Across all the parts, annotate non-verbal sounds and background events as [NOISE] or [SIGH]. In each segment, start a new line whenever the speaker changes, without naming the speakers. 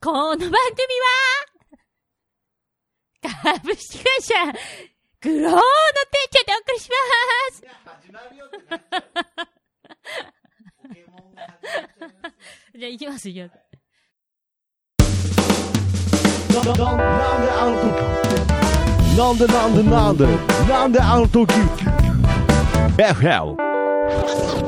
この番組は、株式会社、グローの提供でお送りします。
いや、始まるよってなっちゃう。ポ [LAUGHS] ケモンが始まっちゃいますよ
じゃあ、行きます、行きます。
なんであの時なんでなんでなんでなんであの時 FL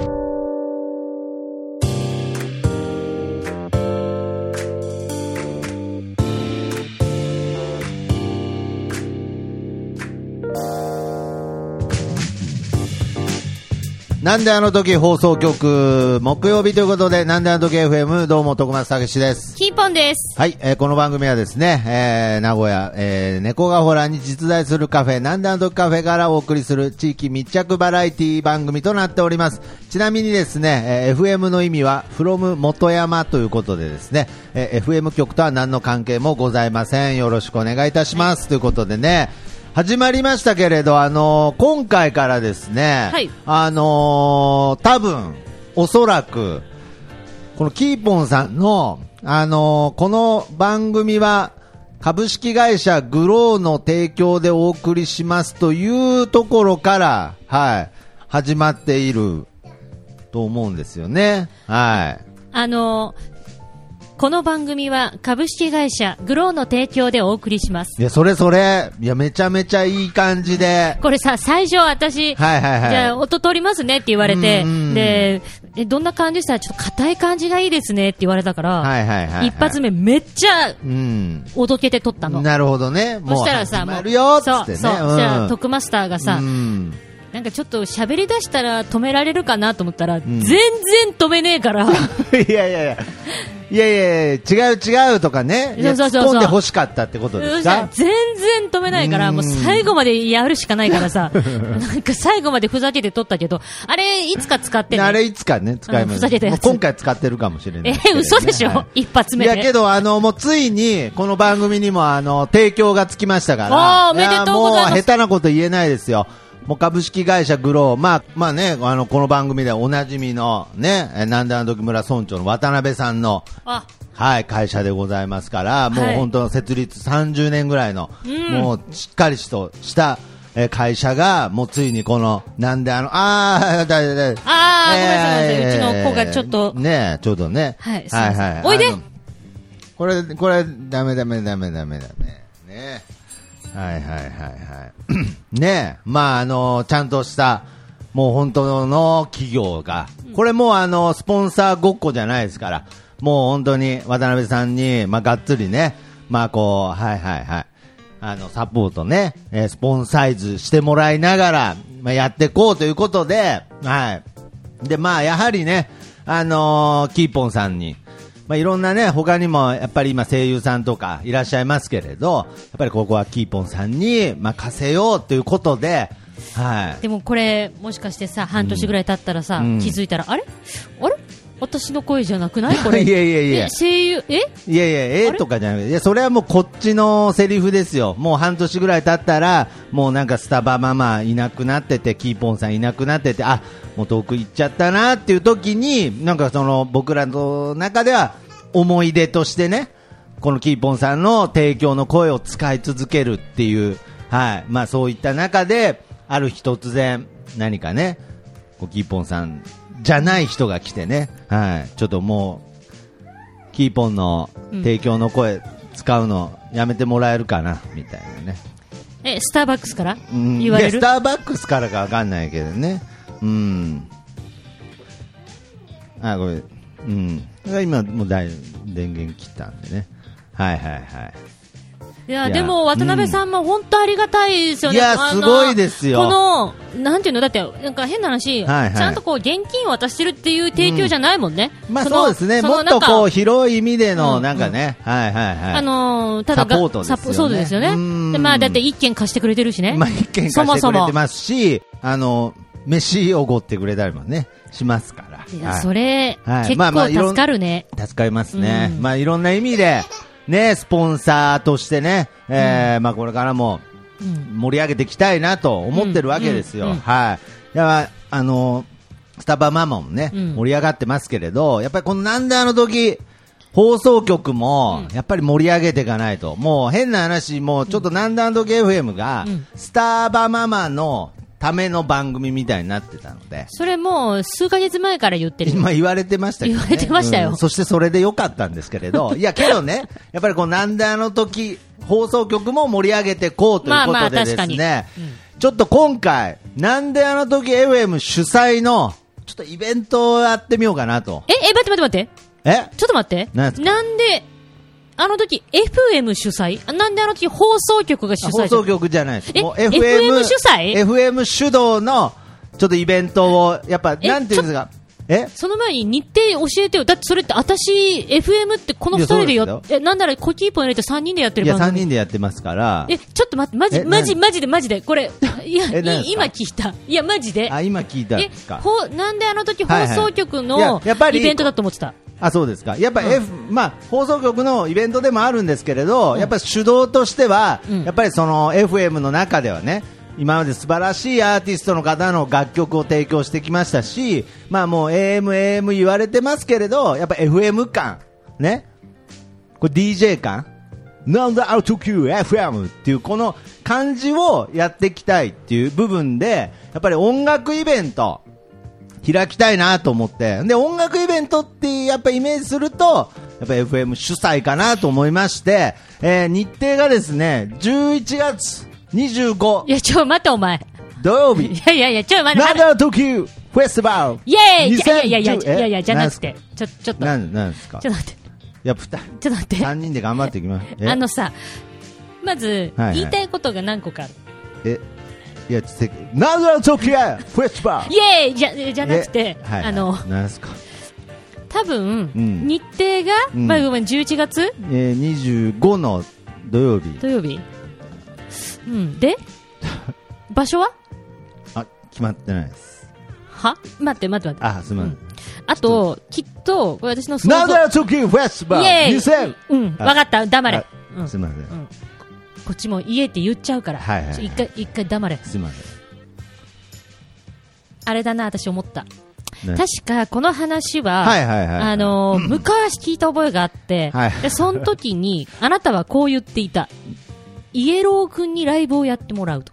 なんであの時放送局、木曜日ということで、なんであの時 FM、どうも、徳松たけしです。
キーポンです。
はい、えーこの番組はですね、えー名古屋、えー猫がほらに実在するカフェ、なんであの時カフェからお送りする地域密着バラエティ番組となっております。ちなみにですね、えー FM の意味は、from 元山ということでですね、えー FM 局とは何の関係もございません。よろしくお願いいたします。ということでね、始まりましたけれど、あのー今回からですね、
はい
あのー多分おそらく、このキーポンさんの、あのーこの番組は、株式会社グローの提供でお送りしますというところから、はい、始まっていると思うんですよね。はい。
あのーこの番組は株式会社グローの提供でお送りします。
いや、それそれ、いや、めちゃめちゃいい感じで、
これさ、最初私、
はいはいはい
じゃあ、音取りますねって言われて
うんうんうん、
で、えどんな感じしたら、ちょっと硬い感じがいいですねって言われたから、
はいはいはいはい
一発目めっちゃ、
うん。
おどけて取ったの。
なるほどね。も
そうしたらさ、
始ま
う、
るよっつ
そう、
っ
そ
て
う、
ね。
そしたら、トクマスターがさ
う、ん
なんかちょっと喋り出したら止められるかなと思ったら、
ん
全然止めねえ
[LAUGHS]
から、
いやいやいや。いやいやいや、違う違うとかね。いや
そうそうそうそう
突っ込んで欲しかったってことで
そ
す
したら
か
全然止めないから、
うん
もう最後までやるしかないから
[LAUGHS]
さ、なんか最後までふざけて取ったけど、あれ、いつか使ってね
あれいつかね、使いま
うんふ
す。
ざけた
も
や
う
つ
今回使ってるかもしれない、
え、嘘でしょ、
はい
一発目
い
で。
やけど、あの、もうついに、この番組にも、あの、提供がつきましたから。
あーおめでとうございます
やもう、下手なこと言えないですよ。もう株式会社グロー、まあ、まあね、あの、この番組でおなじみの、ね、えなんであの時村村長の渡辺さんの、
あ
はい、会社でございますから、もう
はい
本当、設立30年ぐらいの、もうしっかりとした、えー会社が、もうついにこの、なんであの、あー、だいだいだい
あーごめんなさい
えー
ごめんなさいうちの子がちょっと
ねえ、ちょうどね。
はいすい
は
ま
い
せん
はい。
おいで
あのこれ、これ、ダメダメダメダメダメ。ねはいはいはいはい。 [CLEARS THROAT] ねえ、まああの、ちゃんとした、もう本当の企業が、これもうあの、スポンサーごっこじゃないですから、もう本当に渡辺さんに、まあがっつりね、まあこう、はいはいはい。あの、サポートね、えースポンサイズしてもらいながら、まあ、やっていこうということで、はい。で、まあ、やはりね、あのーキーポンさんに、まあ、いろんなね、他にも、やっぱり今声優さんとかいらっしゃいますけれど、やっぱりここはキーポンさんに任せようということで、はい。
でもこれ、もしかしてさ、半年ぐらい経ったらさ、
うん
気づいたら、あれあれ私の声じゃなくないこれ。
[LAUGHS] いやいやいや
え声優、え
いやいや、ええ
あれ
とかじゃなくて、いや、それはもうこっちのセリフですよ。もう半年ぐらい経ったら、もうなんかスタバママいなくなってて、キーポンさんいなくなってて、あ、もう遠く行っちゃったなっていう時に、なんかその僕らの中では思い出としてね、このキーポンさんの提供の声を使い続けるっていう、はい。まあそういった中で、ある日突然、何かね、こうキーポンさんじゃない人が来てね、はい。ちょっともう、キーポンの提供の声使うのやめてもらえるかな、みたいなね、
え、スターバックスから
うん
言われ
いやス
る
ターバックスからかわかんないけどねうんあごめんうん今もう大電源切ったんでねはいはいはい
いや
いや
でも渡辺さんも本当ありがたいですよね、
いや
あの
すごいですよ
この、なんていうの、だって、なんか変な話、
はいはい
ちゃんとこう現金を渡してるっていう提供じゃないもんね、
まあ
の
そうですね
そ
も
の
っとこ
な
うん
か
広い意味で
う
の
ん
なんかね、はいはいはい
あのーただが
サポートですよね
サポそうですよ
う
ね、
ん
でまあ、だって一件貸してくれてるしね、
まあ、一見貸
そも
して
そ
くれ
も
て。ますし、あの、飯おごってくれたりもね、しますから。
いや
はい
それ、
はい
結
まあまあ
構
いろん
助かるね、
助かりますね、
うん
まあいろんな意味で、ね、スポンサーとしてね、えーまあこれからも
うん
盛り上げていきたいなと思ってるわけですよ、
うんうんうん
はいだからあのスタバママもね、
うん
盛り上がってますけれど、やっぱりこのなんであの時放送局も、やっぱり盛り上げていかないと。もう変な話、もうちょっとなんだんどけ FM が、スターバママのための番組みたいになってたので、
それもう数ヶ月前から言ってる。
[LAUGHS] 今言われてましたけど、ね、
言われてましたよ
うんそしてそれで良かったんですけれ
[LAUGHS]
ど、いやけどね、やっぱりこうなんであの時放送局も盛り上げていこうというこ
まあま
と
あ
でで
確
す
かに
ね、ちょっと今回なんであの時 FM 主催のちょっとイベントをやってみようかなと。
え、え、待って待って待って。
え？
ちょっと待って。
何
な
ですか
んで、あの時 FM 主催あなんであの時放送局が主催
放送局じゃないです。
え
もう
FM 主催
FM 主導のちょっとイベントをやっぱ
え
なんていうんですか。え？
その前に日程教えてよ。だってそれって私、FM ってこの二人で
いやそ
や
う
っ
で
え、なんならコキーポン入れて三人でやって
い
る
や
番
三
組。
人でやってますから。
え、ちょっと待って、マジ、
え
マジ、
何
マジで、マジで、これ。いや、
え何です
い
か
今聞いた。いや、マジで。
あ今聞いたん
え
ですか。
ほなんであの時
はい
放
は
送
い
局
いや
の
やっぱり
イベントだと思ってた。
あそうですかやっぱ F、まあ、放送局のイベントでもあるんですけれど、やっぱ主導としては、
うん
やっぱりその FM の中ではね今まで素晴らしいアーティストの方の楽曲を提供してきましたし、まあ、もう AM、AM 言われてますけれどやっぱ FM 感、ね、これ DJ 感
なんでアウト QFM
っていうこの感じをやっていきたいっていう部分でやっぱり音楽イベント開きたいなと思ってで音楽イベントってやっぱイメージするとやっぱ FM 主催かなと思いまして、えー日程がですね11月25
いや、ちょ、待って、お前。
土曜
い
日
やいやいや、ちょ、待って、
な
待
ん
って。
でアウト Q フェスティバル
いやいやいやいやいやいやいやいや、
え
じゃなくて。ちょ、ちょっと。ちょ
な
っ
んなんですか
と待って。
いや二人
ちょっと待って。
3人で頑張ってい
[LAUGHS]
きますえ
あのさ、まず、
はいはい
言いたいことが何個かある。
えいやちょっとせっ
なんでアウト Q フェスティバル
イエーイじゃ、じゃなくて
え、はい
あの、
なんですか
多分、
うん
日程が、
うん
まあごめん、11月
えー、25の土曜日
土曜日。うん。
[LAUGHS]
で場所は
あ決まってないです
は待って待って待って。
あ、すみません。
あと、きっと、これ私の想
なんで
像。
アウト Q フェスティバル
イエーイ
2000!
うん、わかった、黙れ
あ。
うん
すみません。
うんこっちも家って言っちゃうから、
はいはいはい
ちょ一回、一回黙れ。
すみませ
あれだな、私思った。
ん。ね
確か、この話は、
はいはいはいはい
あのー、昔聞いた覚えがあって、
はい
で、その時に、あなたはこう言っていた。イエロー君にライブをやってもらうと。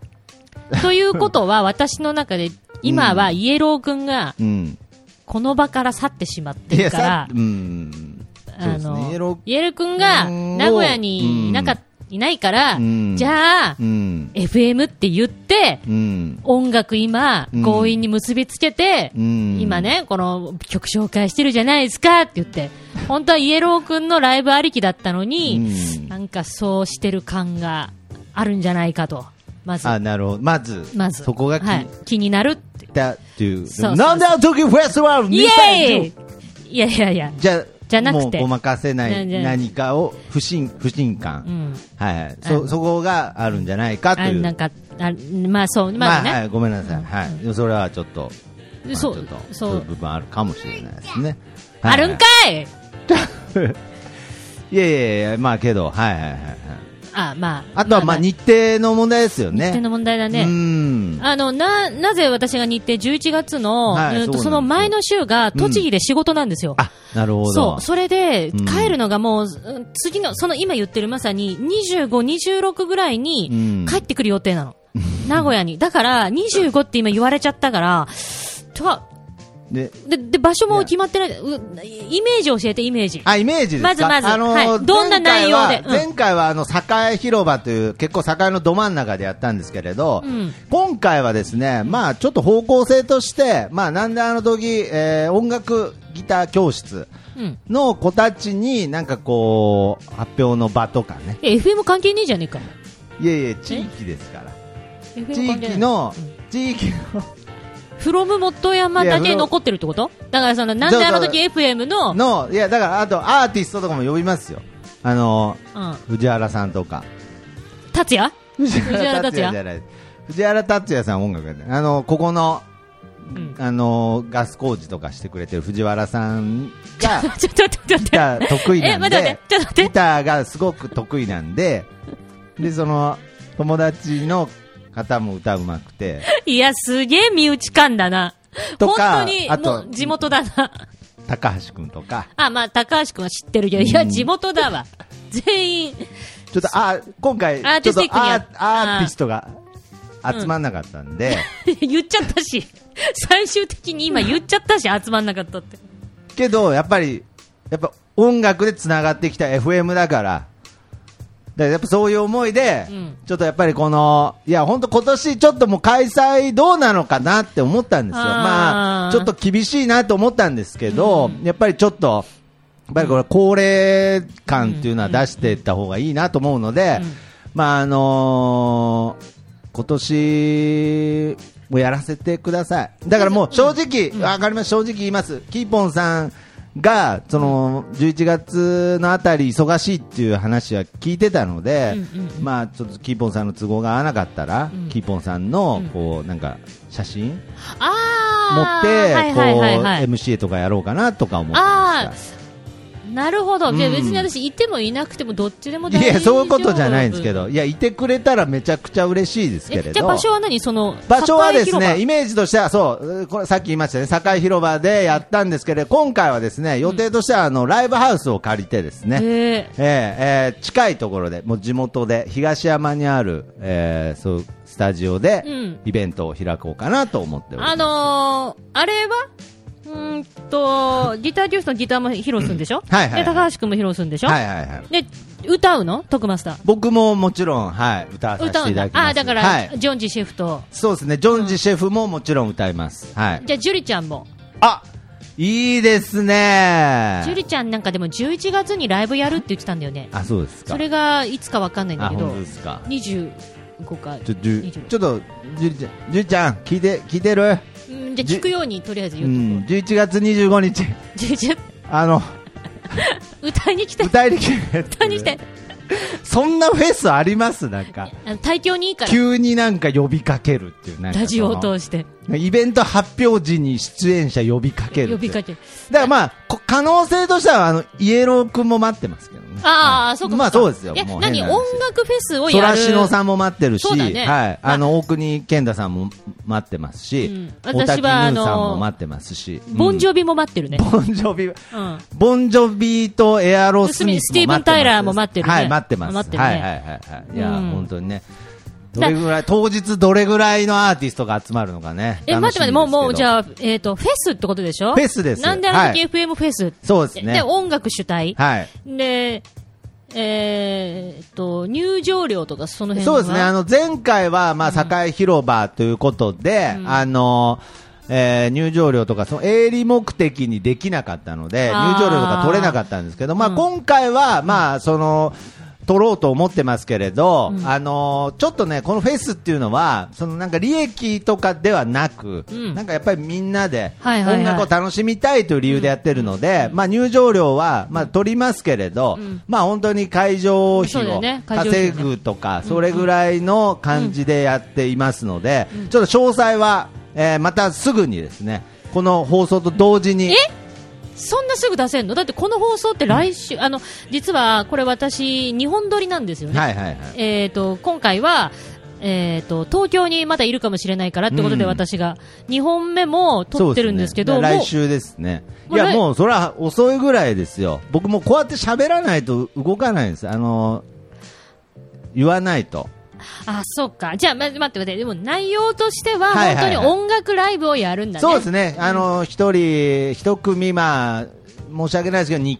ということ
[LAUGHS]
は、私の中で、今はイエロー君が、
うん。
この場から去ってしまっ
い
て
や、
るから
さ、、うん。そう
あ
ですね。イエロ
の
ー、
イエロー君が、
うん
名古屋にいなか、いないから、
うん
じゃあ、
うん。
FM って言って、
うん。
音楽今、
うん
強引に結びつけて、
うん
今ね、この曲紹介してるじゃないですかって言って、本当はイエロー君のライブありきだったのに、
うん
なんかそうしてる感があるんじゃないかと。まず、
あ、なるほど。まず、
まず。
そこが気
はい
に
気になるって。
入ったっていう。
そう
なんでアウト Q フェスティバル
イエー
2010!
イいやいやいや。
じゃ
じゃなくて
もうごまかせな
ないんじゃ
何かを、不信、不信
う
感。
ん。
はいはい。
う
そ、
ん
そこがあるんじゃないかと
あ
いう。
なんか、あまあそう、ま
ま
あ
あ、
ね。
はい、ごめんなさい。はい。それはちょっと、まあ
そう
ちょっと
そう
そういう部分あるかもしれないですね。
あるんかい
いやいやいや、まあけど、はいはいはいはい。
あ、まあ。
あとはまあ日程の問題ですよね。
日程の問題だね。
うん。
あの、な、なぜ私が日程11月の、
はい
うんと
そうな
その
んですよ
前の週が栃木で仕事なんですよ。
あ、なるほど。
そう。それで、
うん
帰るのがもう、うん次の、その今言ってるまさに、25、26ぐらい
うん
に、帰ってくる予定な
[LAUGHS]
の。名古屋に。だから、25って今言われちゃったから、とは、
で、
で、で、場所も決まってない。うイメージ教えて、イメージ。
あ、イメージですか
まずまず
あの
はいどんな内容で
前回は前回はあの、栄広場という、結構栄のど真ん中でやったんですけれど、
うん
今回はですね、まあちょっと方向性として、まあなんであの時、えー音楽ギター教室
うん。
の子たちになんかこう、発表の場とかね。
え、FM 関係ねえじゃねえか。
いやいや、地域ですから。
FM 関
地
係ない
域の、地域の、
フロム元山だけ残ってるってことだからその、なんであの時 FM の、うん。
の、いや、だから、あと、アーティストとかも呼びますよ。あの、藤原さんとか。 [LAUGHS]
達也
藤
原竜也
じゃない。藤原達也さん音楽やってあの、ここの、
うん。
あの、ガス工事とかしてくれてる藤原さん
[LAUGHS]
が、
ちょっと待って待っ
ギタ
て。
ー得意
え、
なん
待って待って、、ち
で
ょっと待
ギ
って。
ターがすごく得意なんで、で、その、友達の方も歌うま
[LAUGHS]
くて、
いや、すげえ身内感だな。
とか
本当に、
あと
もう地元だな。
高橋君とか、
あ、まあ、高橋くんは知ってるけど、いや、
うん
地元だわ。全員、
ちょっとあ今回、
アー
ち
ティ
ょっ
ステ
と
ィックにや
アーアーティストが集まんなかったんで、
言っちゃったし、最終的に今言っちゃったし、集まんなかったって。
けど、やっぱり、やっぱ音楽でつながってきた FM だから、だからやっぱそういう思いで、
うん
ちょっとやっぱりこの、いや、本当、今年ちょっともう開催どうなのかなって思ったんですよ、
あー
まあ、ちょっと厳しいなと思ったんですけど、やっぱりちょっと、やっぱりこれ、高齢感っていうのは出していった方がいいなと思うので、
うん
まあ、あのー今年もやらせてください。だからもう正直、わ、かります、正直言います。キーポンさんが、その、11月のあたり忙しいっていう話は聞いてたので、
うんうん
まあ、ちょっとキーポンさんの都合が合わなかったら、
うん
キーポンさんの、こう、なんか、写真持
あ
っ
ー
て、
はい
こう、
はいはいはい
MCA とかやろうかなとか思ってまし
なるほど。じゃあ
うん
別に私、いてもいなくてもどっちでも
た。
大
い
丈夫。
や、そういうことじゃないんですけ。ど、いや、いてくれたらめちゃくちゃ嬉しいですけれ
え、
ど。
じゃあ場所は何その、
場所はです
栄広場
ね、イメージとしては、そう、これさっき言いましたね、堺広場でやったんですけれど、今回はですね、予定としては、あの、ライブハウスを借りてですね、
へえ
えーえー近いところで、もう地元で、東山にある、えーそう、スタジオで
うん、
イベントを開こうかなと思っております。
あのー、あれはうーんと、ギター教室のギターも披露するんでしょ
[LAUGHS] はいはい
で、高橋くんも披露するんでしょ
はいはいはい。
で、歌うの徳マスター。
僕ももちろん、はい、歌わさせ
歌う
てい
ん
た
だ
だきます。
あー、だか
は
ら、
い。
ジョンジシェフと。
そうですね、ジョンジシェフももちろん歌います。はい。
じゃあ、ジュリちゃんも。
あいいですね
ジュリちゃんなんかでも11月にライブやるって言ってたんだよね。
あ、そうですか。
それがいつかわかんないんだ
あ、
け
本
ど
当、ですか。
25か。
ちょ、じゅ、
26
ちょっと、じゅりちゃん、じゅりちゃん、聞いて、聞いてる
うんじゃあ聞くようにとりあえず
う、
言うん
11月25日、
とこう。じゃあ
あの、
[LAUGHS] 歌いに来て、
[LAUGHS] 歌いに来て。
歌いに来て。
そんなフェスありますなんか。
あの、体調にいいから、
急になんか呼びかけるっていう、なんかその
ラジオを通して
イベント発表時に出演者呼びかけ
呼
るっていう。
びかける。
だからまあ、こ可能性としては、あの、イエロー君も待ってますけどね。
あ
は
あ、
い
そうか。
まあそうですよ。
え、
もう
何音
変な話
楽フェスを
そ
や
ら
る。
しのさんも待ってるし、
そうだね
はい、
まあ
あの大国健太さんも待ってますし、
うん
大
私
滝
は
優さん
あの
も待ってますし、
ボンジ
ョ
ョビも待ってるね。
ボンジョビ、
うん。
ボンジョビとエアロスミスも待ってます
スティーブンタイラーも待ってるね
はい、待ってます。
待ってるね
はいはいはいはい。いや、
うん
本当にね。どれぐらい、当日どれぐらいのアーティストが集まるのかね。
え、待って待って、もう、もう、じ
あ。
ゃあ、えっ、と、フェスってことでしょ
フェスです
なんであの
は
時
い
FM フェス、
そうです
で、
ね。
音楽主体。
はい。
で、えっと、入場料とかその辺
そ
は
うですね、あの前回は、まあ、堺広場ということで、あのえー入場料とか、その営利目的にできなかったので、
あー
入場料とか取れなかったんですけど、まあ、
うん
今回は、まあ、その、取ろうと思ってますけれど、あのちょっとね、このフェスっていうのは、そのなんか利益とかではなく、
うん
なんかやっぱりみんなで、
はいはいはい
音楽を楽しみたいという理由でやってるので、まあ入場料は、まあ取りますけれど、
うん
まあ本当に会場
そう
費
だよ
を
ね会場費
稼
ね
ぐとか、それぐらいの感じでやっていますので、ちょっと詳細は、えーまたすぐにですね、この放送と同時に
え、そんなすぐ出せんのだってこの放送って来週、あの、実はこれ私、日本撮りなんですよね。
はいはいはい。
えー、と今回は、えー、と東京にまだいるかもしれないからってことで
うん
私が2本目も撮ってるんですけど、
そうですね
も
来週ですね。い
もう
や
来
もうそれは遅いぐらいですよ。僕もこうやって喋らないと動かないんです。あのー言わないと。
うあそうかじゃあ、ま、待って待ってでも内容としては
はい
本
は
当
いはい
に音楽ライブをやるんだね、
そうですね、あの一人、一組、まあ、申し訳ないですけど、
はい
2
はい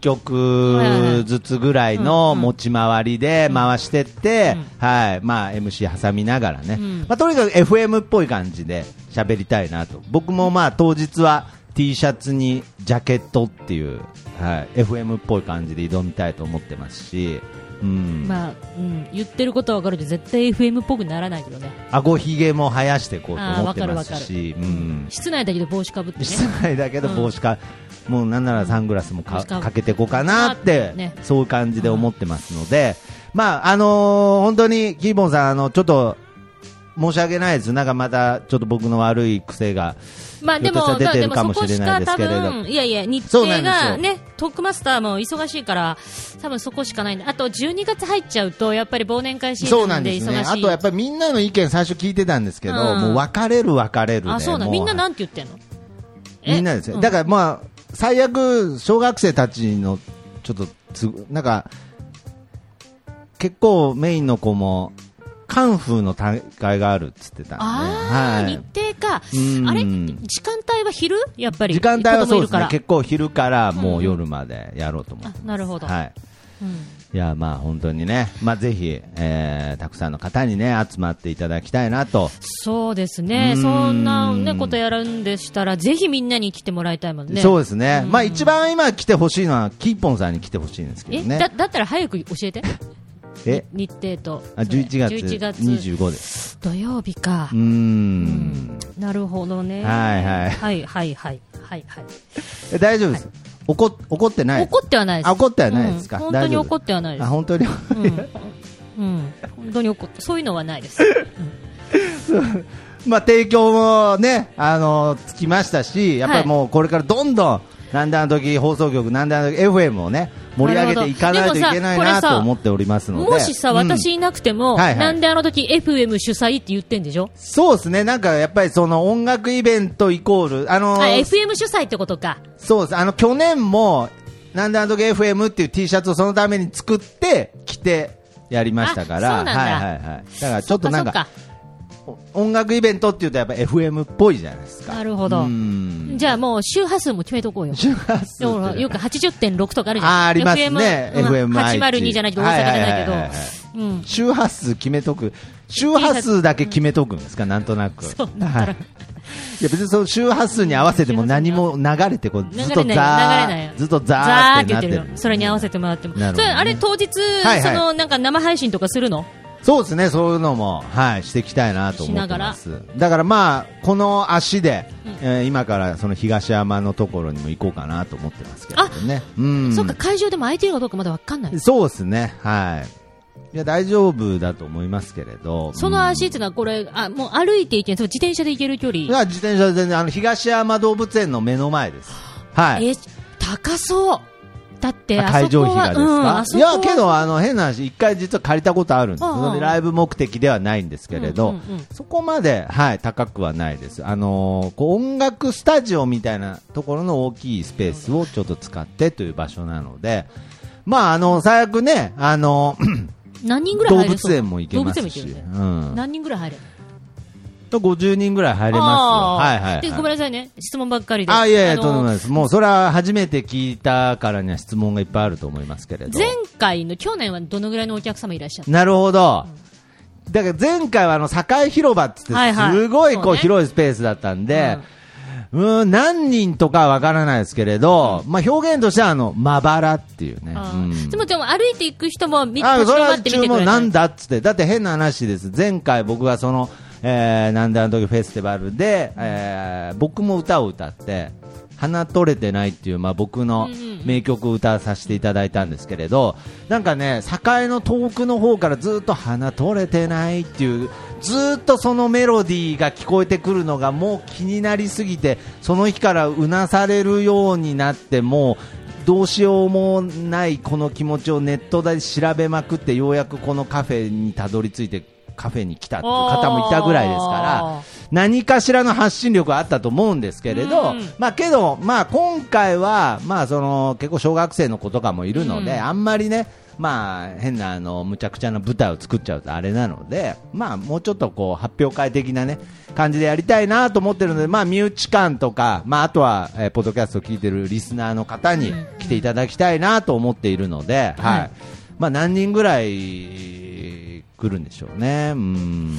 曲ずつぐらいの持ち回りで回してって、はいまあ、MC 挟みながらね、
うん
まあ、とにかく FM っぽい感じで喋りたいなと、僕もまあ当日は T シャツにジャケットっていう、はい、FM っぽい感じで挑みたいと思ってますし、うん
まあうん、言ってることは分かるけど絶対 FM っぽくならないけどね
顎ひげも生やしていこうと
あーわ
思
か
って
る
ま
わか
す
る
し。うん
室内だけど帽子かぶってね
室内だけど
うん
帽子か、もうなんならサングラスもか,、
帽子か
かけていこうかなって、
ね
そういう感じで思ってますので、まああのー本当にキーボンさん、あのちょっと申し訳ないです、なんかまたちょっと僕の悪い癖が、
まあで
ひょ
も
っとしたら出てる
まあ
かもしれないですけれど
でもそこしか多分いやいや、日
そうな
程
んです
が
よ
ね、トークマスターも忙しいから、多分そこしかないんで、あと12月入っちゃうと、やっぱり忘年会シーズンで忙しい。
あとやっぱりみんなの意見、最初聞いてたんですけど、
うん
もう別れる、別れるで、
あ、そうだ、
も
みんななんて言ってんの
みんなですよ、
え
だからまあ、最悪、小学生たちの、ちょっとつ、なんか、結構メインの子も、カンフーの大会があるっつってたんで、
ああ、
はい、
日程か
う。ん
あれ時間帯は昼やっぱり。
時間帯はそうです
子供
ね
いる
結構昼からもう夜までやろうと思ってます、
あなるほど
はい、
からうん
いやまあ本当にね、まあ、ぜひ、えーたくさんの方にね集まっていただきたいなと
そうですね。
うん
そんなね、ことやるんでしたら、ぜひみんなに来てもらいたいもんね。
そうですね、まあ一番今来てほしいのはキーポンさんに来てほしいんですけ
え、
ど
だ、
ね
だったら早く教えて。
え
日程と。
あ11月
11月
25です
土曜日か
うー。ん
なるほどね。
はいはい
はいはいはい。はいはい。
え大丈夫です、怒怒ってない
怒ってはないです。
あ怒ってはないですか
うん本当に
大丈夫
怒ってはないで
あ
す。
本当に
うん。本当に怒って、そういうのはないです。
[LAUGHS] まあ提供もねあのつきましたしやっぱりもうこれからどんどんなんだあの時放送局なんだあの時 FM をね盛り上げていかないといけない
なるほどでもさ
な
これさ
と思っておりますので
もしさ、
うん
私いなくても、
はいはい
なんであの時 FM 主催って言ってんでしょ
そうですね、なんかやっぱりその音楽イベントイコール、あの
あ、FM 主催ってことか。
そうです、あの去年も、なんであの時 FM っていう T シャツをそのために作って、着てやりましたから、
あそうなんだ
はいはいはい、だからちょっとなんか、
あ、
音楽イベントっていうと、やっぱ FM っぽいじゃないです
そっ
か。
か。なるほど
う。ん
じゃあもう周波数も決めとこうよ。
周波数
でもほらよく80.6とかあるじゃん。
あーありますね
FM うん
FM
802じゃないと大阪じゃ
はいはい
な
はいい
けど。うん。
周波数決めとく、周波数だけ決めとくんですか、なんとなく。
そう
はい、いや別にその周波数に合わせても何も流れてこうずっと
流れ
ザ
ないよ
ーずっと
ザ
ザ
ー
ーっ
ってて言って
なっ
て
る
るの。それに合わせてもらっても。
なるほどね
それあれ当日、
はいはい
そのなんか生配信とかするの
そうですね、そういうのも、はい、していきたいなと思ってます。だからまあ、この足で、えー今からその東山のところにも行こうかなと思ってますけどね。うん。
そっか、会場でも空いてるかどうかまだわかんない。
そうですね、はい。いや、大丈夫だと思いますけれど。
その足ってのはこれ、あ、もう歩いていけん、そう自転車で行ける距
うん
離
い。や、自転車で全然、あの、東山動物園の目の前です。はい。
え、高そう。だって、
あ
あ
会
そこ
場費
は、
がです
うん、
か
あ、そ
い
こは
やけどあの変な話一回実は借りたことあるんです
ああ
それでライブ目的ではないんですけれど、
うんうんうん
そこまで、はい、高くはないです、あのーこう音楽スタジオみたいなところの大きいスペースをちょっと使ってという場所なのでまああの最悪ねあの
何人ぐらい
動
入れそう
物園も行けます
動
し、
物園も行けるね
うん、
何人ぐらい入れ
と50人ぐらい
あ
入れますよ、はいはいはい、
で、ごめんなさいね。質問ばっかりで。
あいやいや、
の
とんでもないです。もう、それは初めて聞いたからには質問がいっぱいあると思いますけれど。
前回の、去年はどのぐらいのお客様いらっしゃった
なるほど。だから前回はあの境広場っつって
はいはい
すごい
そ
こ
う
う
ね
広いスペースだったんで、うーん、何人とかはわからないですけれど、まあ表現としてはあの、まばらっていうね。
あ
うん
ーでも、でも歩いていく人も見、
あ
立ち
そ
止
れ
ま
は
って見て
注
くれ
文
る。
なんだっつって、だって変な話です、前回僕がその、えー、なんであの時フェスティバルで、えー僕も歌を歌って、花取れてないっていう、まあ、僕の
うんうん
名曲を歌わさせていただいたんですけれど、なんかね、境の遠くの方からずっと花取れてないっていう、ずっとそのメロディーが聞こえてくるのがもう気になりすぎて、その日からうなされるようになって、もうどうしようもないこの気持ちをネットで調べまくってようやくこのカフェにたどり着いてカフェに来たっていう方もいたぐらいですから
あ
何かしらの発信力はあったと思うんですけれど、
うん
まあけど、まあ、今回は、まあ、その結構小学生の子とかもいるので、
うん
あんまりねまあ変なあのむちゃくちゃな舞台を作っちゃうとあれなので、まあ、もうちょっとこう発表会的な、ね、感じでやりたいなと思ってるので、まあ、身内感とか、まあ、あとは、えーポッドキャストを聞いてるリスナーの方に来ていただきたいなと思っているので、
はい
はいまあ、何人ぐらい来るんでしょうね。うん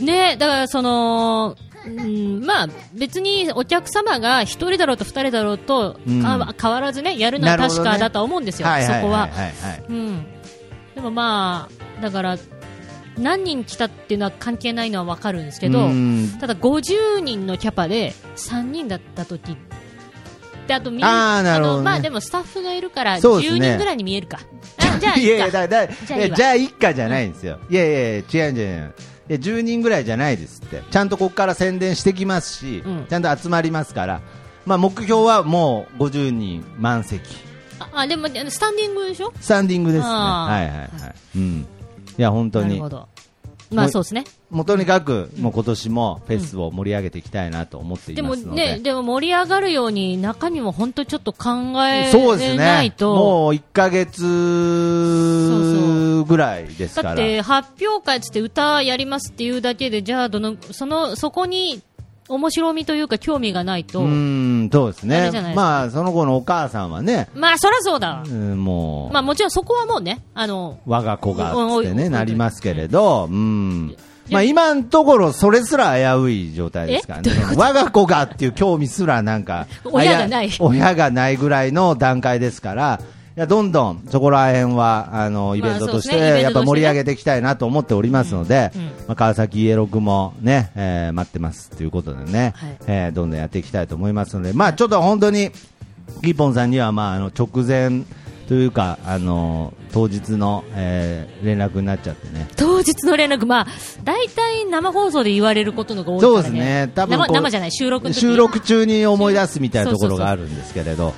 ね、だからその、うん、まあ別にお客様が一人だろうと二人だろうと、
うん
か変わらずね、やるのは確かだとは思うんですよ、そこは。
いはい
うん。でもまあ、だから、何人来たっていうのは関係ないのはわかるんですけど
う、ん
ただ50人のキャパで3人だった時であとみん
あーなるほど
あの
ね
まあでもスタッフがいるから
そうです
10
ね
人ぐらいに見えるか、
[LAUGHS]
あじゃあ
いやいや
いいか
だだ
じゃあいいわ
じゃあ一家じゃないんですよ、いやいやいや違うんじゃないいや10人ぐらいじゃないですってちゃんとここから宣伝してきますし、
うん
ちゃんと集まりますから、まあ、目標はもう50人満席
ああでもあのスタンディングでしょ
スタンディングですね
あー
はいはいはい、うん、いや本当
なる
に
ほどまあそうですね。
もうとにかく、もう今年もフェスを盛り上げていきたいなと思ってい
でも
ますので。
ね、でも盛り上がるように中身も本当ちょっと考え
そうです
ない
ね。
と。
もう1ヶ月ぐらいです
だ
か
っ
ら。
て発表会っつって歌やりますっていうだけで、じゃあどの、その、そこに面白みというか興味がないと。
うん、そうです
あ
ね
れじゃないです。か
まあ、その子のお母さんはね、
まあそらそうだわ
う。んもう、
まあもちろんそこはもうね、あの、
我が子が
うん
っつって
う
ね、
ん
なりますけれど、うん。まあ今のところそれすら危うい状態ですからね
えどういう。
我が子がっていう興味すらなんか、
親がない
あや親がないぐらいの段階ですから、いや、どんどんそこら辺は、あの、イベントとし
まあそうですね
て、やっぱ盛り上げていきたいなと思っておりますので
うんうん、
まあ川崎イエロクもね、えー待ってますということでね
はい、
えーどんどんやっていきたいと思いますので、まあちょっと本当に、ギーポンさんには、まあ、あの直前というか、あの当日の、えー連絡になっちゃってね。
当日の連絡、まあ、大体生放送で言われることのが多いから、ね、
そうですね、多分
生
こう
生じゃない、収録の時
収録中に思い出すみたいなところがあるんですけれど、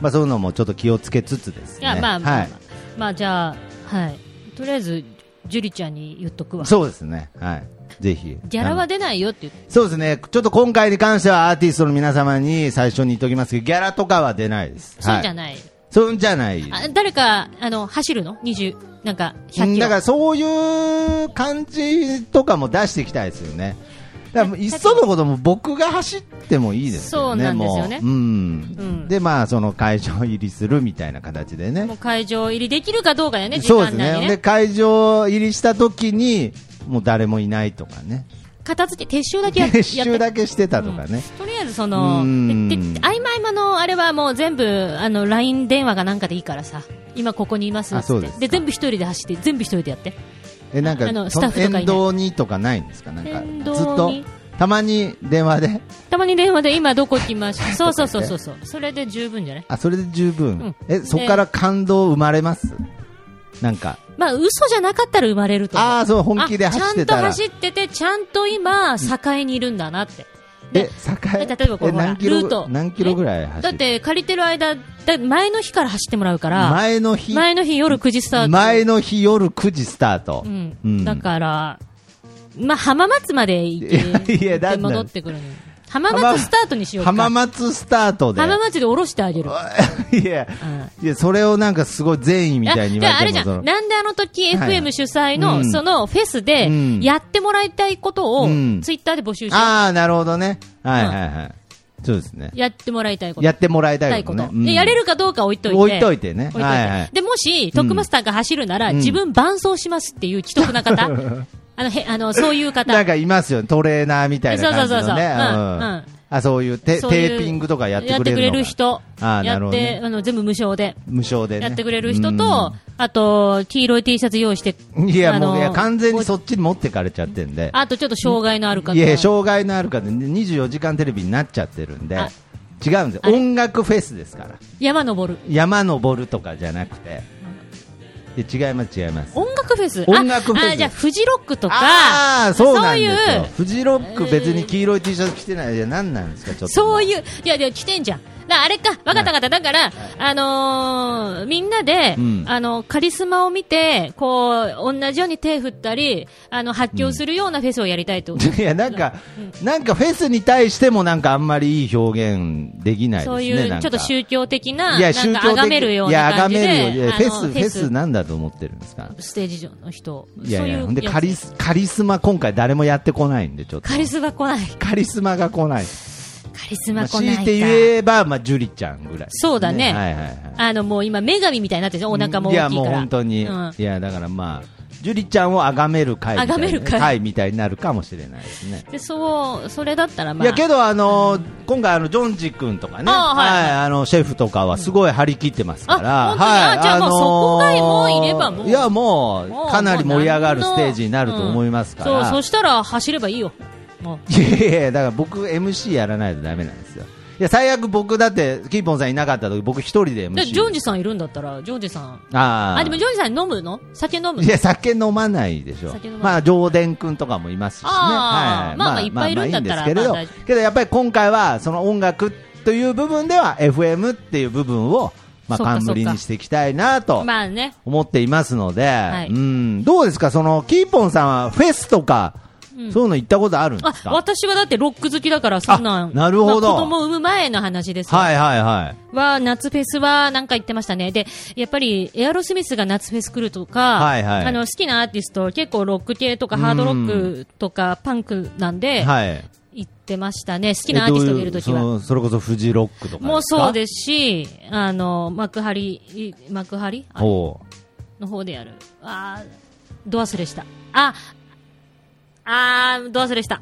まあ、そういうのもちょっと気をつけつつです
いや
ね。
まあ、まあ
はい
まあまあじゃあ、はい、とりあえず、ジュリちゃんに言っとくわ、
そうですね、はい、ぜひ。
ギャラは出ないよって言って、
そうですね、ちょっと今回に関してはアーティストの皆様に最初に言っておきますけど、ギャラとかは出ないです。
そうじゃ
はい。
ない、
そうじゃない。
あ誰かあの走るの、20、なんか100
うん
キロ、
だからそういう感じとかも出していきたいですよね。だからいっそのことも僕が走ってもいいですよね。
そうなんですよね
もううん
ん
で、まあ、その会場入りするみたいな形でね
も。う会場入りできるかどうかだよね、時
そうで
間
す
内に
ね。
ね、
で、会場入りした時に、もう誰もいないとかね。
片付け、撤収だけやや
撤
って
収だけしてたとかね。
とりあえずその、で
うん
で合間合間のあれはもう全部、あの、LINE 電話がなんかでいいからさ、今ここにいますっ
あ
つ
そ
っ
う
て
です。か
で、全部一人で走って、全部一人でやって。
え、なん
あの
か、
ス
そ
タッ
の
フとかいない
沿道にとかないんですかなんか
沿、
ずっ
道
と
に、
たまに電話で。
たまに電話で今どこ行きました。そうそうそう
[LAUGHS] とか
そ
言
うそう。それで十分じゃない
あ、それで十分。
うん
え、そこから感動生まれますなんか。
まあ、嘘じゃなかったら生まれると思う。
ああ、そう、本気で
あ
走ってたら。
ちゃんと走ってて、ちゃんと今、境にいるんだなって。
え、
で、
境
え例えばこう
え
ほら
何キロ
ルート
何キロぐらい
だ
走
っ
る
て借りてる間、だ前の日から走ってもらうから、
前の日、
前の日夜9時スタート。
前の日夜9時スタート。
うん
うん
だから、まあ、浜松まで行って、
いやいや
行っ
だ
て
んだん
戻ってくるのに浜松スタートにしようか。
浜松スタートで。
浜松で降ろしてあげる。
[LAUGHS] いや、いや、それをなんかすごい善意み
あ
たいに
じ
言
ゃあ、
わ
あれ
れ
じ
て
ゃ
も、
ん。なんであの時
はい
FM 主催
う
の、
ん
そのフェスで
うん、
やってもらいたいことを
うん、
ツイッターで募集しよ
ああ、なるほどね。はいはいはい。そうですね
う。。やってもらいたいこと。
やってもらいた
た
い
い
こ
ことと
ね。うん
で、やれるかどうか置いといて。
置いといてね
置いといて
はいはい
で、もし、トックマスターが走るなら、自分伴走しますっていう既得な方。あの、へ、あの、そういう方。
なんかいますよね、トレーナーみたいな感じ
そうそう
の
そう
ね。
そううん
うん
うん
あ、そういうテ
そういう
テーピングとかやってくれるのか
やって人。
ああ、な
や
る
っ
ほどね
て、あの、全部無償で。
無償でね。
やってくれる人と、あと、黄色い T シャツ用意して
う。ん、いや、
あの
もう、いや、完全にそっちに持ってかれちゃってんで。
あとちょっと障害のある方。
いや、障害のある方、24時間テレビになっちゃってるんで
あ、
違うんです
あ
よ。
れ
音楽フェスですから。
山登る。
山登るとかじゃなくて。いや違います、違います。
音楽フェス
音楽フェス
ああ、じゃあ、フジロックと
あ
か、
あ、そうなんですよ。
そういう
フジロック別に黄色い T シャツ着てない。いや、何なんですか、ちょっと。
そう
う。
いう、いや、いや、来てんじゃん。だあれか、わかったわかった。だから、あのーみんなで、
うん
あの、カリスマを見て、こう、同じように手振ったり、あの、発狂するようなフェスをやりたいと。
いや、なん [LAUGHS] か、なんかフェスに対してもなんかあんまりいい表現できないです
そ
ね。
ういう、ちょ
な
っ
んか
と宗教的な、
いや、
な
宗
ん
教
か、
的。
崇めるよう
いや、
な
崇
感じで。
めるように。いやフェ
あ
ス、
の
フェスなんだと思ってるんですか
ステージ上の人。
いやいや、
そう
ほ
んいう
で
やつ
カリス、カリスマ今回誰もやってこないんで、ちょっと。
カリスマ来ない。
カリスマが来ない。
カリスマ
まあ、
来
強
ない
い
か。
て言えば、まあ、ジュリちゃんぐらい。
そうだね
はいはいはい。
あの、もう今、女神みたいになってるじゃんお腹も大きいから。
や、もう本当に。
うん
いや、だからまあ、ジュリちゃんを崇める会みたいな
崇める会
みたいになるかもしれないですね。
で、そう、それだったらま
い
あ。
やけど、あのー今回あのジョンジ君とかね、
あーはいはい
あのシェフとかはすごい張り切ってますから、
あ本当に
はい
あじゃあもう
のー
そこがもういればもう
いやも
も
う
う
かなり盛り上がるステージになると思いますから、
うんそう、そしたら走ればいいよ。もう。
いやいやいやだから僕 MC やらないとダメなんですよ。いや最悪僕だってキーポンさんいなかった時僕一人で MC。
で、ジョージさんいるんだったら、ジョージさん。
あー
あ、でもジョージさん飲むの酒飲むの
いや、酒飲まないでしょ
酒飲。まない
まあ、上田君とかもいますしね。
あーまあまあいっぱいいるんだったら
まあいいんです
まあ大
け
丈
れど、けどやっぱり今回は、その音楽という部分では、FM っていう部分を、まあ、
そっかそっか
冠にしていきたいなと
まあね。
思っていますので、
い
うん、どうですか、そのキーポンさんはフェスとか、そういうの行ったことあるんです
あ、
か
私はだってロック好きだから、そんな
あ
ん。
なるほど
まあ子供産む前の話ですよ。
はいはいはい。
は、夏フェスはなんか言ってましたね。で、やっぱり、エアロスミスが夏フェス来るとか、
はいはい
あの、好きなアーティスト、結構ロック系とかハードロックとかパンクなんで、
はい。
行ってましたね。好きなアーティストがいるとき
えどう
は。
いうそのそれこそフジロックとかですか
もうそうですし、あの、幕張、い幕張あ
ほう
の方でやる。あード忘れした。あ、あー、ド忘れした。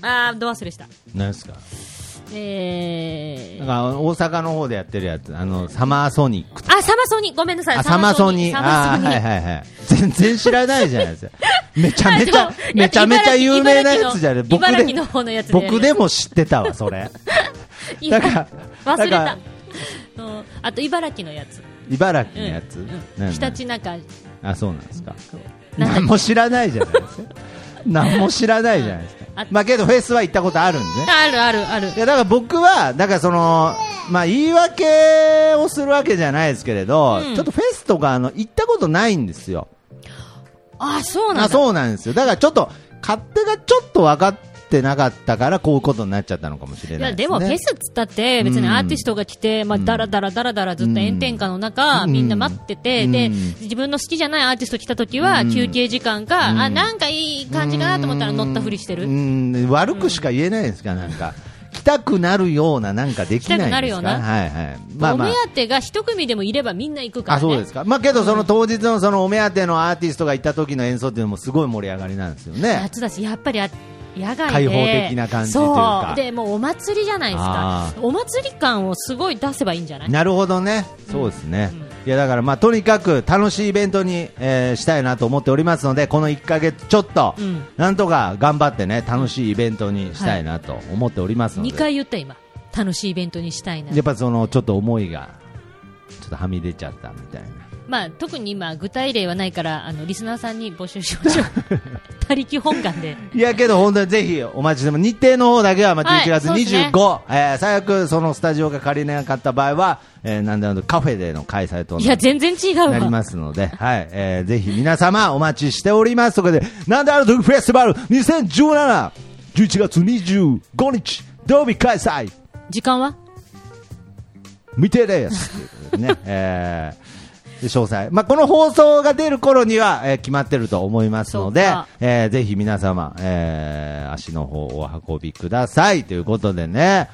あー、ド忘れした。
何ですか
え
な
ー
ん、か大阪の方でやってるやつ、あの、サマーソニックとか。
あ、サマソニごめんなさい。
あ、サマソニー。
サマ
あ
ソ
ー
ニ
はいはいはい。全然知らないじゃないですか。めちゃめち
あ
ゃ
でも、
めちゃめちゃ有名なやつじゃない。僕
茨城の
で
茨城の方のやつ、で
僕でも知ってたわ、
[LAUGHS]
それ。
いや
だから、
忘れ
だから
た。うんあと、茨城のやつ。
茨城のやつ
うんうん
なん
ひ
だ
たちなんか、
あ、そうなんですか。
なんだっけ
何も知らないじゃない
[LAUGHS]
ですか。何も知らないじゃないですか
あ。
まあけど、フェスは行ったことあるんでね。
あるあるある
い。やだから僕は、だからその、まあ、言い訳をするわけじゃないですけれど、
うん
ちょっとフェスとかあの行ったことないんですよ、
あ、そうな
あ
んだ。
そうなんですよだからちょっと勝手がちょっと分かってなかったから、こういうことになっちゃったのかもしれ
い
な
や
い
で
で、
すも
ね、
フェスっつったって別にアーティストが来て、まあ、だらだらだらだらずっと炎天下の中、
うん
みんな待ってて、
うん
で
うん
自分の好きじゃないアーティスト来た時は休憩時間か、あなんかいい感じかなと思ったら乗ったふりしてる、
うん悪くしか言えないですか、なんか、来たくなるような、なんかできないんで
来たく
すか、
なるような
はいはい、まあま
お
あ
目、当てが一組でもいればみんな行くから、ね、
あそうですか、まあけど、その当日のそのお目当てのアーティストが行った時の演奏っていうのも、すごい盛り上がりなんですよね。
夏だし、やっぱりあ野外で
開放的な感じというか
そうでもうお祭りじゃないです
あ
か、お祭り感をすごい出せばいいんじゃない
なるほどね、そうですね、いやだから、まあ、とにかく楽しいイベントに、えーしたいなと思っておりますので、この1ヶ月ちょっと、
うん
なんとか頑張ってね、楽しいイベントにしたいなと思っておりますので、
2回言った、今、楽しいイベントにしたいな、
やっぱそのちょっと思いが、ちょっとはみ出ちゃったみたいな、
まあ、特に今、具体例はないからあの、リスナーさんに募集しま
[LAUGHS]
しょう、他力本願で、
いやけど、本当にぜひお待ちしても、日程の方だけはまあ
はい
11月
そうですね
25、えー最悪、そのスタジオが借りれなかった場合は、えーなんだろうカフェでの開催と
い
な
や、
り
全然違う
なり
わ、
ますので、 [LAUGHS] はい、えーぜひ皆様お待ちしております。ということで、なんである時フェスティバル2017、11月25日、土曜日開催、
時間は
未定です。ということでね、えー詳細。まあ、この放送が出る頃には、えー決まってると思いますので
そうか、
えーぜひ皆様、えー足の方をお運びください。ということでね、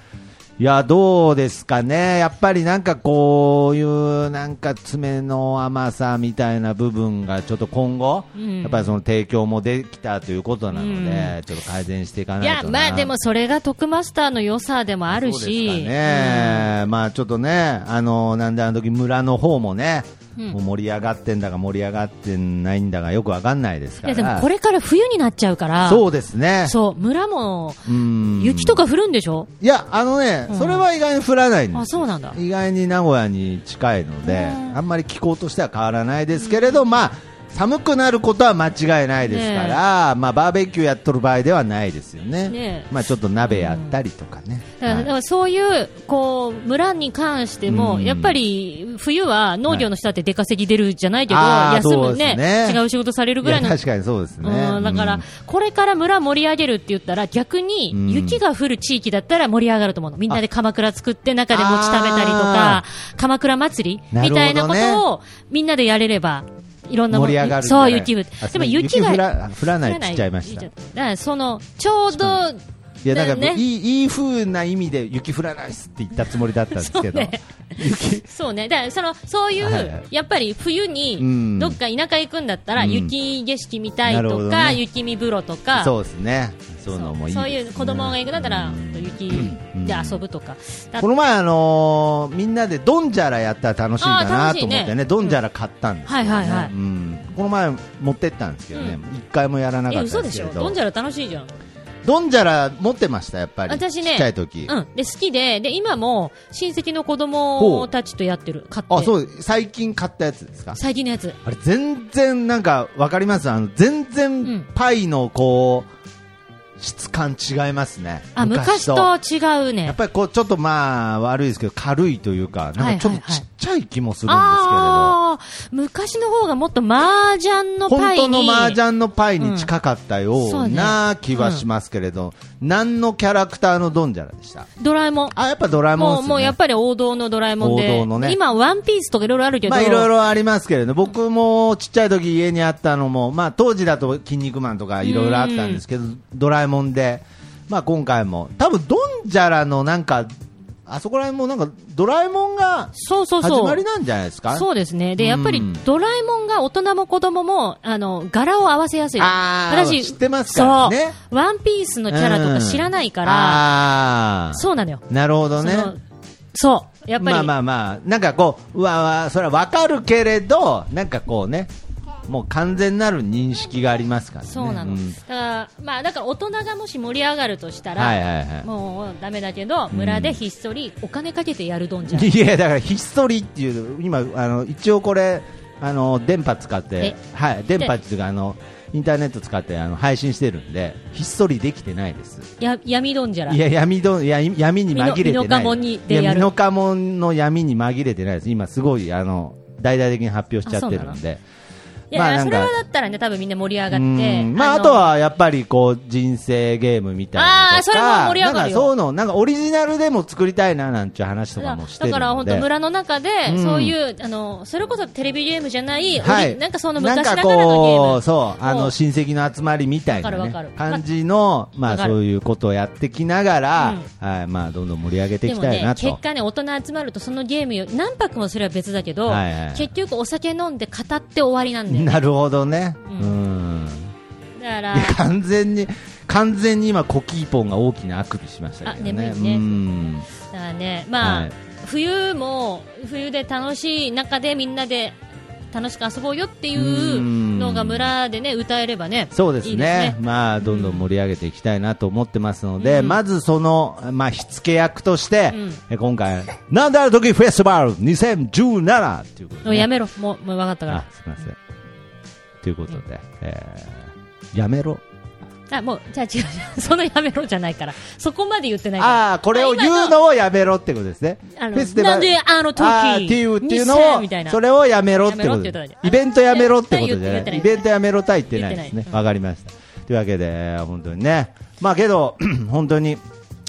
いや、どうですかね。やっぱりなんかこういう、なんか爪の甘さみたいな部分がちょっと今後、
ん
やっぱりその提供もできたということなので、ちょっと改善していか
い
ない
や、
とな。
まあでもそれが徳マスターの良さでもある
そうです
し、
かね、まあちょっとね、あのなんであの時村の方もね、もう盛り上がってんだか盛り上がってないんだかよくわかんないです
い
から。
やでもこれから冬になっちゃうから、
そうですね。
そう村も
うん
雪とか降るんでしょ、
いや、あのね、それは意外に降らないんですよ
あそうなんだ
意外に名古屋に近いので、あんまり気候としては変わらないですけれど、まあ、寒くなることは間違いないですから、まあ、バーベキューやっとる場合ではないですよね。
ねえ
まあ、ちょっと鍋やったりとかね。
だから
はい
そういうこう村に関しても、
うん
やっぱり冬は農業の人だって出稼ぎ出るじゃないけど、
はいあー
休むね
そうですね
違う仕事されるぐらい
い
の。
や確かにそうですね。
うんだから、
うん
これから村盛り上げるって言ったら、逆
うん
に雪が降る地域だったら盛り上がると思うの。みんなで鎌倉作って中で餅食べたりと
あ
か、鎌倉祭り
な
み
るほど
た
ね
いなことをみんなでやれれば、いろんなも
盛
の
り上がる
そう、雪降る
あ。
でも雪が
降ら降らないって言っちゃいました
だからその、ちょうど、
いやなんか
ね
いいいい風な意味で雪降らないっすって言ったつもりだったんですけど、
そうね
雪
そうね、だからそのそういう、
はいはい
やっぱり冬
う
に
ん
どっか田舎行くんだったら、
うん
雪景色見た
ないるほ
と
ど
か、
ね
雪見風呂とか。
そうですねそういうのもいいです
そう
ね、
いう子供が行くんだったら、雪で遊ぶとか、だ
この前、あのーみんなでドンジャラやったら楽しいか
あー
な
楽し
と
いね
思ってねドンジャラ買ったんですけどね、
はいはいはい
うんこの前持ってったんですけどね
うん
一、回もやらな
え
かった
嘘
んで
ですし
け
ょ、
れ
ド
ど
ンジャラ楽しいじゃん、
ドンジャラ持ってましたやっぱり
私
ち
ね
っちゃい時、
うん、で好きでで、今も親戚の子供たちとやってる、買って
あそう最近買ったやつですか
最近のやつ、
あれ全然なんかわかりますあの全然
ん
パイのこう質感違いますね
あ昔と違う
や
ね、
っぱりこうちょっとまあ悪いですけど軽いというかなんかちょっ
はい
と
はい
ち
はい
っちゃい気もするんですけれど。
ああ、昔の方がもっと麻雀のパ
本
イに。
当の麻雀のパイに近かった
うんそ
よ
う
う
ね
な気はしますけれど、何のキャラクターのドンジャラでした
ドラえもん。
あ、やっぱドラえもん
も
で
う、
すね。
もうやっぱり王道のドラえもんで。
王道のね
今、ワンピースとかいろいろあるけど。
まあいろいろありますけれど、僕もちっちゃい時家にあったのも、まあ当時だと筋肉マンとかいろいろあったんですけど、ドラえもんで、まあ今回も、多分ドンジャラのなんか、あそこら辺もなんかドラえもんが
そうそうそう。
始まりなんじゃないですか
そうですね。で、やっぱり
うん
ドラえもんが大人も子供も、あの、柄を合わせやすい。
あー知ってますからね
そう。ワンピースのキャラとか知らないから、
ら
そうなのよ。
なるほど
そ
ね。
のそう。やっぱり、
まあまあまあ、なんかこう、うわうわ、それはわかるけれど、なんかこうね、もう完全なる認識がありますからね。
そうなの。
ん
だから、まあ、だから大人がもし盛り上がるとしたら、
はいはいはい
もうダメだけど、村でひっそりお金かけてやるドンじゃん。
いや、だから、ひっそりっていう、今、あの、一応これ、あの、電波使って
え、
はい、電波っていうか、あの、インターネット使って、あの、配信してるんで、ひっそりできてないです。
や闇ドンじゃら。
いや、闇ど、いや、闇に紛れて
身の身
ない。
の家紋にでやる
いや身の家紋の闇に紛れてないです。今、すごい、あの、大々的に発表しちゃってるんで。
いや
まあなんか
それはだったらね、多分みんな盛り上がって。
うんまあ、あ
の
と、はやっぱりこう人生ゲームみたいなのとか
あーそれも盛り上がるよ
なんかそういうのなんかオリジナルでも作りたいななんていう話とかもして
だ
るので
から本当村の中で、
うん
そういう、あの、それこそテレビゲームじゃない、
はい、
なんかその昔なが
なん
ら
か
のゲー
こ
ム。
うそうあ
も
の
う
親戚の集まりみたいな、
わかるわか
ね
る、
感じの、まあ、
わかる
そういうことをやってきながら、はいまあ、どんどん盛り上げてい
で
き
も
たい
ね
な、と、
結果ね、大人集まるとそのゲームよ、何泊もそれは別だけど、
はいはい
結局お酒飲んで語って終わりなんだよね。
なるほどね、う
うんんだから
いや、完全に完全に今コキーポンが大きなあくびしましたけどね
あ眠いね
うん
だからね、まあ、
はい
冬も、冬で楽しい中でみんなで楽しく遊ぼうよっていううんのが村でね、歌えればね。
そうですね
いいですね
まあどんどん盛り上げていきたいなと思ってますので、
うん
まずその、まあ、火付け役として、
うん
え今回「なんである時フェスティバル2017」ということで、
もう
ね、
やめろ。もう、もう分かったか
あすみませんということで、えーやめろ
ら。あ、もう、じゃあ違う。 [LAUGHS] そのやめろじゃないから。そこまで言ってないから。
ああこれを言うのをやめろってことですね
あの
フェスティバ
な
ル
んであの時
あーっていうっていうの
2000みたい
を
な
それをやめろってこと
やめろって言っただけ
イベントやめろってことじ
言
ゃ
って
な
ないい
イベントやめろたい言ってないです
言っ
ね
てない
わかりましたというわけでえー本当にねまあけど [CLEARS THROAT] 本当に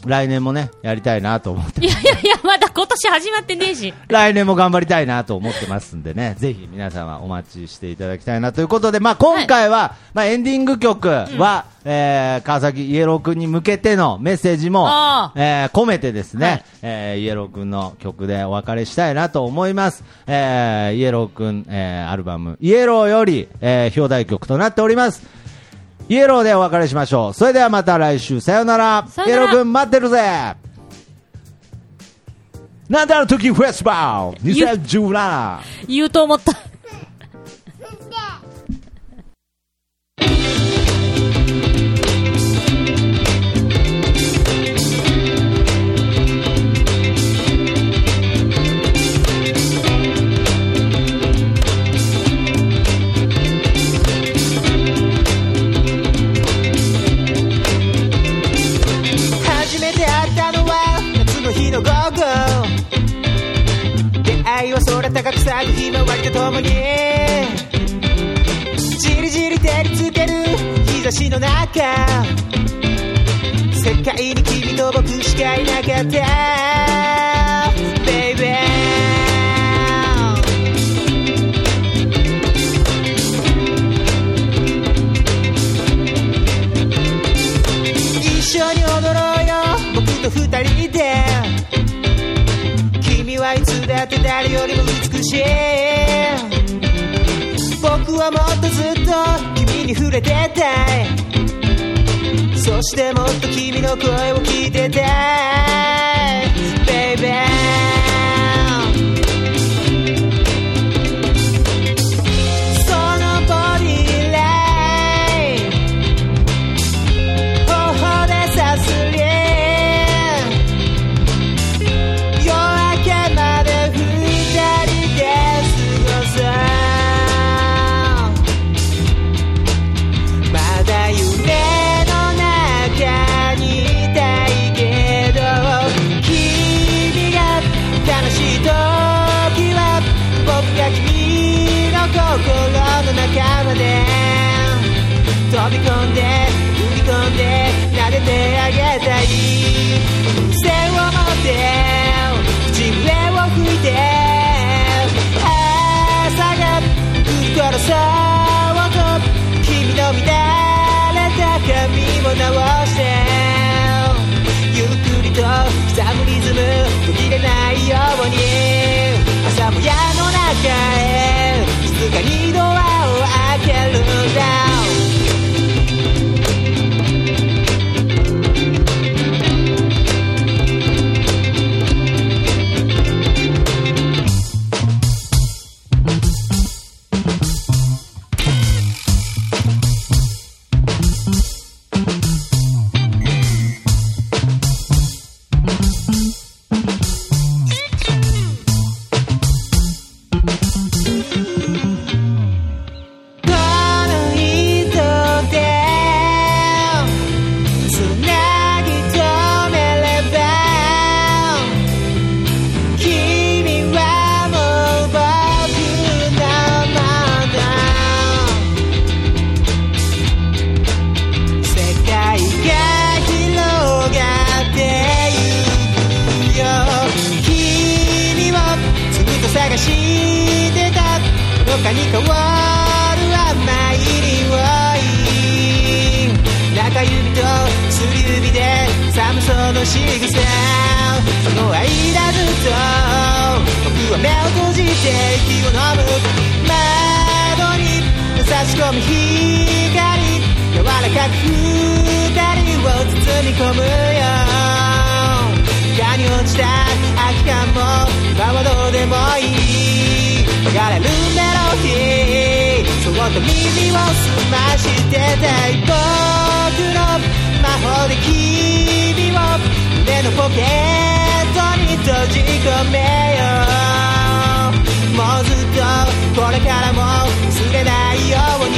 来年もねやりたいなと思って
いやいやいや、まだ今年始まってねえし。
来年も頑張りたいなと思ってますんでね、ぜひ皆様お待ちしていただきたいなということで、まあ、今回は、まあ、エンディング曲は、えー川崎イエロー君に向けてのメッセージも
あ、
えー込めてですね、
はい
えーイエロー君の曲でお別れしたいなと思います。えーイエロー君、えーアルバム、イエローより、えー表題曲となっております。イエローでお別れしましょう。それではまた来週、さよなら。
さ
イエ
よな
ロ
ら
ー君待ってるぜなんであの時フェスティバル
ゆ
2017
言うと思った。
初めて会ったのは夏の日の午後出会いは空高く咲くひまわりとともにじりじり照りつける日差しの中世界に君と僕しかいなかった Baby 一緒に踊ろうよ僕と二人で君はいつだって誰よりも美しい僕はもっとずっと君に触れてたいそしてもっと君の声を聞いてたい Baby そのボディライン頬でさすり夜明けまで二人で過ごそうまだ夢の中にいたいけど飛び込んで踏み込んで撫でてあげたい風船を持って口笛を吹いて朝が来るからさと君の乱れた髪を直してゆっくりと刻むリズム途切れないように朝もやの中へ静かにドアを開けるんだこの糸で繋がぎ止めれば君はもう僕のもの世界が広がっていくよ君をずっと探してたどっかに変わる甘い匂い中指と薬指で寒そうの仕草その間ずっと僕は目を閉じて息を飲む窓に差し込む光柔らかく二人を包み込むよ床に落ちた空き缶も今はどうでもいい流れるメロディーそっと耳を澄ましてたい僕の魔法で君を胸のポケットに閉じ込めようもうずっとこれからも忘れないように